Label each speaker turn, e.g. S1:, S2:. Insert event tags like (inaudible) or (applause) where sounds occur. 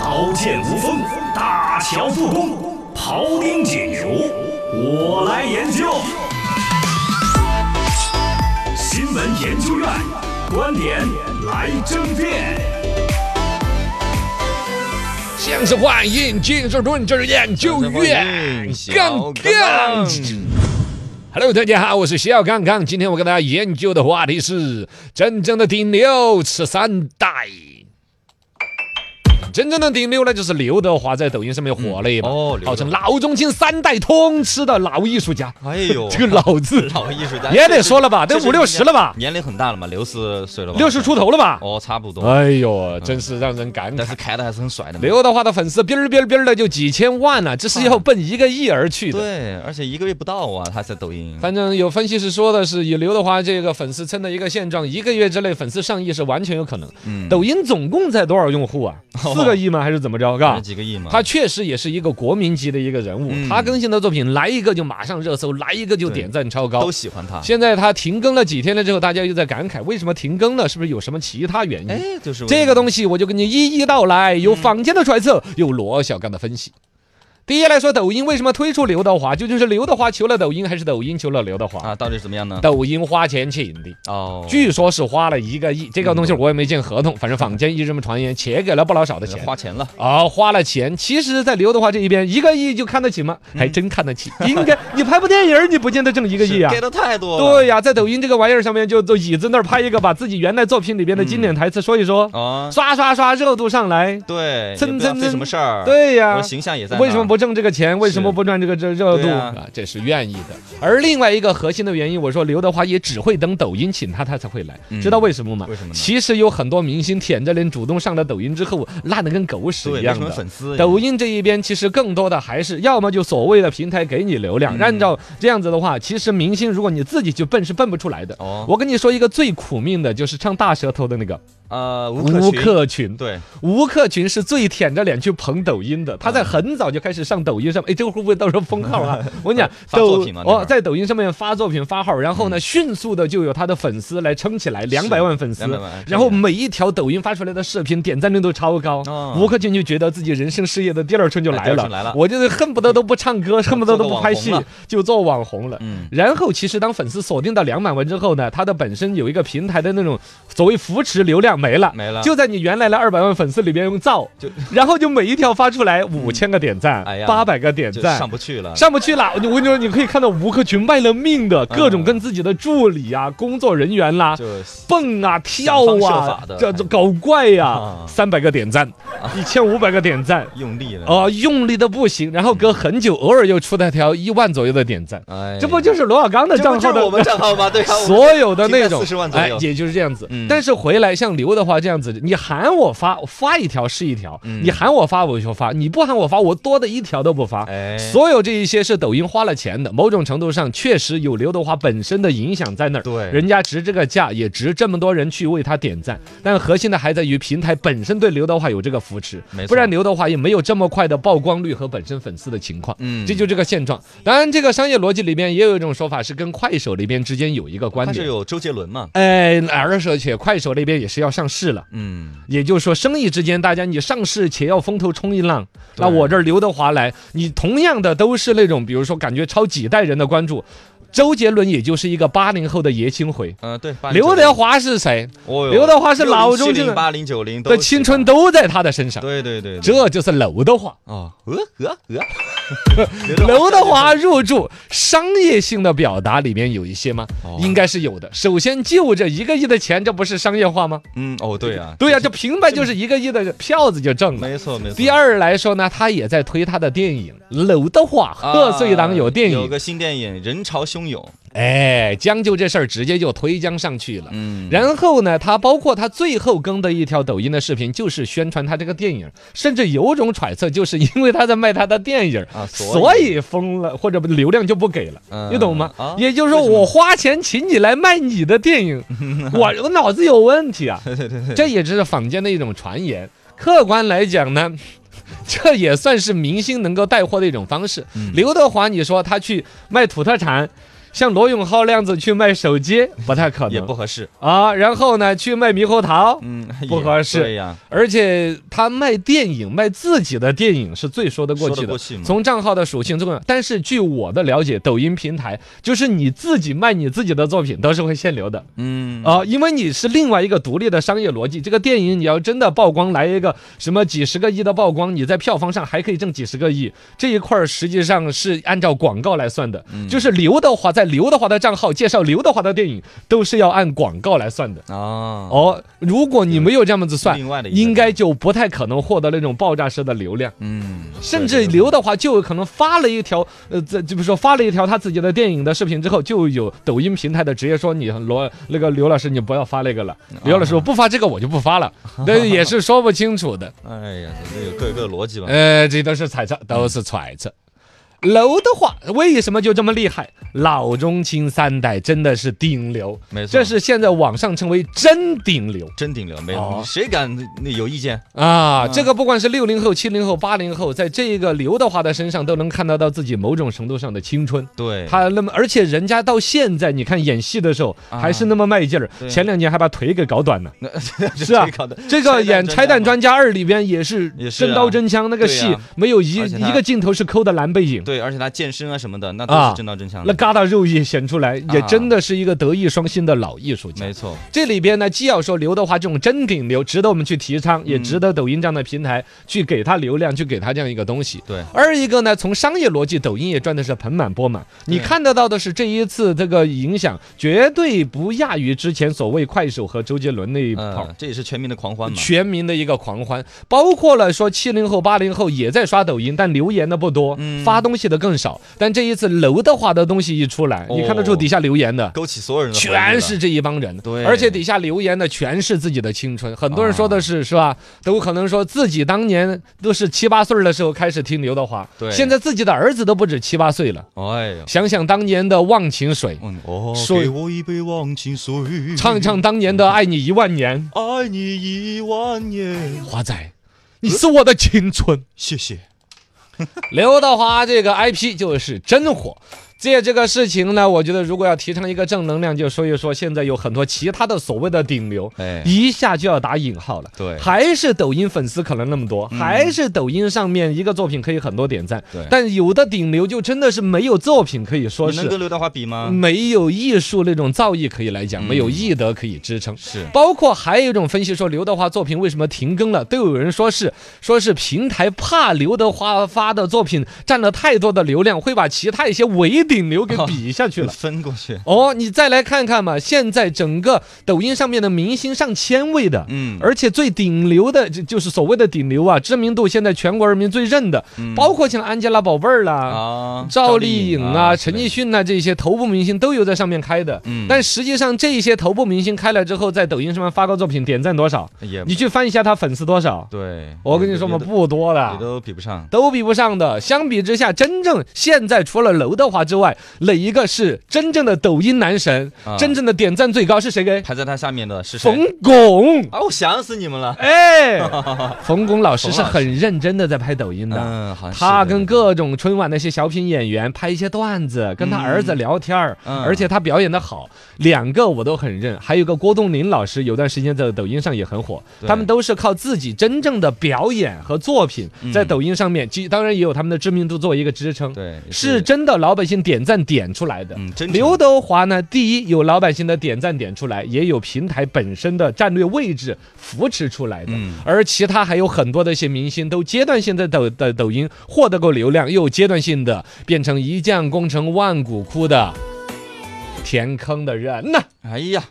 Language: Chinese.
S1: 刀剑无锋，大乔复工，庖丁解牛，我来研究。新闻研究院观点来争辩。
S2: 相声话音，今日论，这是研究院杠杠。Hello，大家好，我是小杠杠，今天我跟大家研究的话题是真正的顶流吃三代。真正的顶流呢，就是刘德华在抖音上面火了一把，
S3: 嗯哦刘德华
S2: 号称老中青三代通吃的老艺术家。
S3: 哎
S2: (laughs)
S3: 呦，
S2: 这个“老”
S3: (laughs)
S2: 字
S3: 老艺术家
S2: 也得说了吧，都
S3: 这是
S2: 五六十了吧，
S3: 年龄很大了嘛，六十岁了吧？
S2: 六十出头了吧？
S3: 哦，差不多，
S2: 哎呦，真是让人感慨
S3: 但。是开的还是很帅的嘛。
S2: 刘德华的粉丝哔儿哔儿哔儿的就几千万啊了、这是要奔一个亿而去的。
S3: 对，而且一个月不到啊，他在抖音。
S2: 反正有分析师说的是，以刘德华这个粉丝撑的一个现状，一个月之内粉丝上亿是完全有可能。
S3: 嗯，
S2: 抖音总共才多少用户啊？四个亿吗？还是怎么着？嘎
S3: 有，几个亿嘛？
S2: 他确实也是一个国民级的一个人物，
S3: 嗯
S2: 他更新的作品来一个就马上热搜，来一个就
S3: 对
S2: 点赞超高
S3: 都。喜欢他。
S2: 现在他停更了几天了之后，大家又在感慨为什么停更了？是不是有什么其他原因？
S3: 哎，就是
S2: 这个东
S3: 西。
S2: 西我就跟你一一道来，
S3: 嗯
S2: 有坊间的揣测，有罗小刚的分析。第一来说，抖音为什么推出刘德华？究竟是刘德华求了抖音，还是抖音求了刘德华？
S3: 啊，到底怎么样呢？
S2: 抖音花钱请的，
S3: 哦，嗯
S2: 据说是花了一个亿。这个东西我也没见合同，反正坊间一直这么传言，且给了不老少的钱。
S3: 花钱了，
S2: 啊、花了钱，其实，在刘德华这一边，一个亿就看得起吗？
S3: 嗯
S2: 还真看得起。应该你拍部电影儿，你不见得挣一个亿啊
S3: 是。给的太多了。
S2: 对呀、在抖音这个玩意儿上面，就坐椅子那儿拍一个，把自己原来作品里边的经
S3: 嗯
S2: 典台词说一说，
S3: 啊，
S2: 刷刷刷，热度上来。
S3: 对，
S2: 蹭
S3: 也不知道
S2: 蹭
S3: 费
S2: 蹭
S3: 什么事儿？
S2: 对呀、
S3: 啊我形象也在那儿。
S2: 为什么不挣这个钱？为什么不赚这个这热度
S3: 对啊
S2: 啊？这是愿意的。而另外一个核心的原因，我说刘德华也只会等抖音请他，他才会来，
S3: 嗯
S2: 知道为什么吗？
S3: 为什么呢
S2: 其实有很多明星舔着脸主动上了抖音之后，烂得跟狗屎
S3: 对？
S2: 一
S3: 为
S2: 样
S3: 什么
S2: 的。
S3: 粉丝
S2: 抖音这一边其实更多的还是要么就所谓的平台给你流量，
S3: 嗯
S2: 按照这样子的话，其实明星如果你自己去笨是笨不出来的。
S3: 哦，
S2: 我跟你说一个最苦命的，就是唱大舌头的那个
S3: 呃，吴克
S2: 吴
S3: 群
S2: 克群。
S3: 对，
S2: 吴克群是最舔着脸去捧抖音的，他
S3: 嗯
S2: 在很早就开始上抖音上，哎，这个会不会到时候封号
S3: (laughs)
S2: 啊？我跟你讲，
S3: 发
S2: 抖
S3: 作品嘛那会
S2: 哦，
S3: 儿嗯
S2: 在抖音上面发作品发号，然后呢，迅速的就有他的粉丝来撑起来，两百万粉丝
S3: 200万，
S2: 然后每一条抖音发出来的视频点赞率都超高
S3: 哦，
S2: 吴克群就觉得自己人生事业的第二春就
S3: 哎第
S2: 来
S3: 二
S2: 了
S3: 春来了，
S2: 我就是恨不得都不唱歌，恨不得都不拍戏
S3: 做个网红，
S2: 就做网红了。
S3: 嗯，
S2: 然后，其实当粉丝锁定到两百万之后呢，它的本身有一个平台的那种所谓扶持流量没了，
S3: 没了
S2: 就在你原来的二百万粉丝里边用造
S3: 就，嗯
S2: 然后就每一条发出来五千个点赞
S3: 哎，呀
S2: 八百个点
S3: 就
S2: 赞
S3: 上。不去了。
S2: 上不去了，我跟你说，你可以看到吴克群卖了命的各种
S3: 嗯
S2: 跟自己的助理啊、工作人员啦、
S3: 就
S2: 蹦啊、跳
S3: 想方设
S2: 啊
S3: 法的、
S2: 这这搞怪呀
S3: 啊，
S2: 三百个点赞，一千五百个点赞，
S3: 用力了。
S2: 哦，用力的不行，然后隔很久，偶尔又出来条一万左右的点赞，
S3: 哎呀，
S2: 这不就是罗小刚的
S3: (laughs) 这
S2: 账
S3: 不就
S2: 号
S3: 是
S2: 的
S3: 我们账号吗？对
S2: (laughs)
S3: 啊，
S2: 所有的那种哎
S3: 四十万左右
S2: 也就是这样子。
S3: 嗯
S2: 但是回来像刘德华这样子，你喊我发，我发一条是一条；
S3: 嗯
S2: 你喊我发，我就发；你不喊我发，我多的一条都不发。
S3: 哎，
S2: 所有这一些是抖音花了钱的，某种程度上确实有刘德华本身的影响在那儿。
S3: 对
S2: 人家值这个价，也值这么多人去为他点赞。但核心的还在于平台本身对刘德华有这个扶持
S3: 没，错
S2: 不然刘德华也没有这么快的曝光率和本身粉丝的情况。
S3: 嗯
S2: 这就这个现状。当然，这个商业逻辑里面也有一种说法是跟快手里边之间有一个观
S3: 他是
S2: 点。
S3: 有周杰伦嘛？
S2: 哎，而而且快手那边也是要上市了。
S3: 嗯，
S2: 也就是说，生意之间，大家你上市且要风头冲一浪，
S3: 对
S2: 那我这儿刘德华来，你同样的都是那种，比如说感觉超几代人的关注，周杰伦也就是一个八零后的爷青回，
S3: 呃，对，80
S2: 刘德，华是谁？
S3: 哦哟
S2: 刘德华是老中青
S3: 60八零九零
S2: 的青春，都在他的身上，
S3: 对对对，对
S2: 这就是刘德华。
S3: 哦，呃
S2: (laughs)
S3: 呃呃，
S2: 刘德华入驻商业性的表达里面有一些吗？
S3: 哦
S2: 应该是有的。首先就这一个亿的钱，这不是商业化吗？
S3: 嗯，哦，对啊，
S2: 对呀、这平白就是一个亿的票子就挣了。
S3: 没错没错。
S2: 第二来说呢，他也在推他的电影《刘德华
S3: 啊。
S2: 贺岁档有电
S3: 有
S2: 影，
S3: 个新电影《人潮汹涌》，
S2: 哎，将就这事儿直接就推将上去了。
S3: 嗯，
S2: 然后呢，他包括他最后更的一条抖音的视频，就是宣传他这个电影，甚至有种揣测，就是因为他在卖他的电影
S3: 啊
S2: 所
S3: 所以
S2: 以封了或者流量就不给了，
S3: 嗯
S2: 你懂吗
S3: 啊？
S2: 也就是说，
S3: 为什么
S2: 我花钱请你来卖你的电
S3: (laughs)
S2: 影，我我脑子有问题啊！这也只是坊间的一种传言。客观来讲呢。 (laughs) 这也
S3: 嗯
S2: 算是明星能够带货的一种方式。刘德华，你说他去卖土特产，像罗永浩那样子去卖手机不太可能，
S3: 也不合适，
S2: 啊。然后呢，去卖猕猴桃，
S3: 嗯，
S2: 不
S3: 也
S2: 合适
S3: 对呀，
S2: 而且他卖电影，卖自己的电影是最说得过去
S3: 说得
S2: 的。
S3: 过去嘛
S2: 从账号的属性这个，但是据我的了解，抖音平台就是你自己卖你自己的作品都是会限流的
S3: 嗯，
S2: 啊、因为你是另外一个独立的商业逻辑。这个电影你要真的曝光来一个什么几十个亿的曝光，你在票房上还可以挣几十个亿，这一块儿实际上是按照广告来算的。
S3: 嗯
S2: 就是刘德华在刘德华的账号介绍刘德华的电影，都是要按广告来算的。
S3: 啊，
S2: 哦，如果你没有这样子算，
S3: 另外的一个
S2: 应该就不太可能获得那种爆炸式的流量，
S3: 嗯，
S2: 甚
S3: 对
S2: 至
S3: 对对
S2: 刘德华就有可能发了一条，呃，这就比如说发了一条他自己的电影的视频之后，就有抖音平台的直接说你罗那个刘老师你不要发那个了，
S3: 啊
S2: 刘老师我不发这个我就不发
S3: (laughs)
S2: 了，那也是说不清楚的，
S3: 哎呀，这有各有各的逻辑吧，
S2: 呃，这都是揣测，都是揣测。楼的话，为什么就这么厉害？老中青三代真的是顶流，
S3: 没错
S2: 这是现在网上称为真顶流。
S3: 真顶流，没
S2: 哦
S3: 谁敢那有意见？
S2: 啊，这个不管是六零后、七零后、八零后，在这个刘德华的身上都能看得到自己某种程度上的青春。
S3: 对，
S2: 他那么，而且人家到现在，你看演戏的时候
S3: 啊
S2: 还是那么卖劲儿，
S3: 对
S2: 前两年还把腿给搞短了。
S3: (laughs) 那
S2: 是啊
S3: 这搞的
S2: 这个演《拆弹
S3: 专家嘛
S2: 专家二》里边也是
S3: 也是啊
S2: 真刀真枪那个
S3: 对呀
S2: 戏，没有一
S3: 而且他
S2: 一个镜头是抠的蓝背影，
S3: 对，而且他健身啊什么的，那都
S2: 啊
S3: 是真刀真枪
S2: 那
S3: 的，
S2: 疙瘩肉也显出来，也
S3: 啊
S2: 真的是一个德艺双馨的老艺术家
S3: 没。错，
S2: 这里边呢，既要说刘德华这种真顶流，值得我们去提倡，
S3: 嗯
S2: 也值得抖音这样的平台去给他流量，去给他这样一个东西。
S3: 对
S2: 二一个呢，从商业逻辑，抖音也赚的是盆满钵满。
S3: 对
S2: 你看得到的是这一次这个影响，绝对不亚于之前所谓快手和周杰伦那一炮。
S3: 嗯，这也是全民的狂欢嘛，
S2: 全民的一个狂欢，包括了说七零后、八零后也在刷抖音，但留言的不多，
S3: 嗯
S2: 发东西的更少。但这一次刘德华的东西一出来，你看得出
S3: 哦
S2: 底下留言的，
S3: 勾起所有人的回忆
S2: 全
S3: 了
S2: 是这一帮人，
S3: 对啊
S2: 而且底下留言的全是自己的青春，很多人说的是、是吧？都可能说自己当年都是七八岁儿的时候开始听刘德华，
S3: 对
S2: 现在自己的儿子都不止七八岁了，
S3: 哎呦，
S2: 想想当年的《忘情水》，
S3: 嗯哦，
S2: 说
S3: 给我一杯忘情水，
S2: 唱一唱当年的《爱你一万年
S3: 爱你一万年，》，
S2: 华仔，你是我的青
S3: (laughs)
S2: 春。
S3: 谢谢。
S2: 刘德华这个 IP 就是真火。借这个事情呢，我觉得如果要提倡一个正能量，就说一说现在有很多其他的所谓的顶流，
S3: 哎
S2: 一下就要打引号了。
S3: 对嗯
S2: 还是抖音粉丝可能那么多，还是抖音上面一个作品可以很多点赞
S3: 对，
S2: 但有的顶流就真的是没有作品可以说
S3: 你
S2: 是嗯
S3: 能跟。啊刘德华比吗？
S2: 没有艺术那种造诣可以来讲，没有艺德可以支撑。
S3: 嗯是
S2: 包括还有一种分析说，刘德华作品为什么停更了，都有人说是说是平台怕刘德华发的作品占了太多的流量，会把其他一些伪顶流
S3: (laughs)
S2: 给比下去了。
S3: 分过去，
S2: 哦，你再来看看嘛，现在整个抖音上面的明星上千位的，
S3: 嗯
S2: 而且最顶流的，就就是所谓的顶流啊，知名度现在全国人民最认的，包括像安吉拉宝贝儿啦。
S3: 嗯啊，
S2: 赵丽颖啊、
S3: 之
S2: 陈
S3: 类
S2: 奕迅呐、这些头部明星都有在上面开的，
S3: 嗯
S2: 但实际上这些头部明星开了之后，在抖音上面发个作品，点赞多少？
S3: 的也
S2: 你去翻一下他粉丝多少？
S3: 对，
S2: 我跟你说嘛，
S3: 也都
S2: 不多的，
S3: 也都比不上，
S2: 都比不上的。相比之下，真正现在除了刘德华之外，哪一个是真正的抖音男神？
S3: 啊
S2: 真正的点赞最高是谁给？
S3: 排在他下面的是谁？
S2: 冯巩。
S3: 啊，我想死你们了。 (laughs)
S2: 哎，冯巩老师是
S3: 冯老师
S2: 很认真的在拍抖音的。
S3: 嗯，好像是
S2: 他跟
S3: 对
S2: 各种春晚那些小品演员拍一些段子，跟他儿子聊天儿，
S3: 嗯
S2: 而且他表演的好，两个我都很认，还有个郭冬临老师，有段时间在抖音上也很火，
S3: 对
S2: 他们都是靠自己真正的表演和作品在抖音上面，其当然也有他们的知名度作为一个支撑，
S3: 嗯对也
S2: 是真的老百姓点赞点出来的。
S3: 嗯，真
S2: 刘
S3: 诚
S2: 德华呢，第一有老百姓的点赞点出来，也有平台本身的战略位置扶持出来的。
S3: 嗯
S2: 而其他还有很多的一些明星都阶段性在抖的抖音获得过流量，又有阶段性的变成一将功成万骨枯的填坑的人呐。
S3: 哎呀，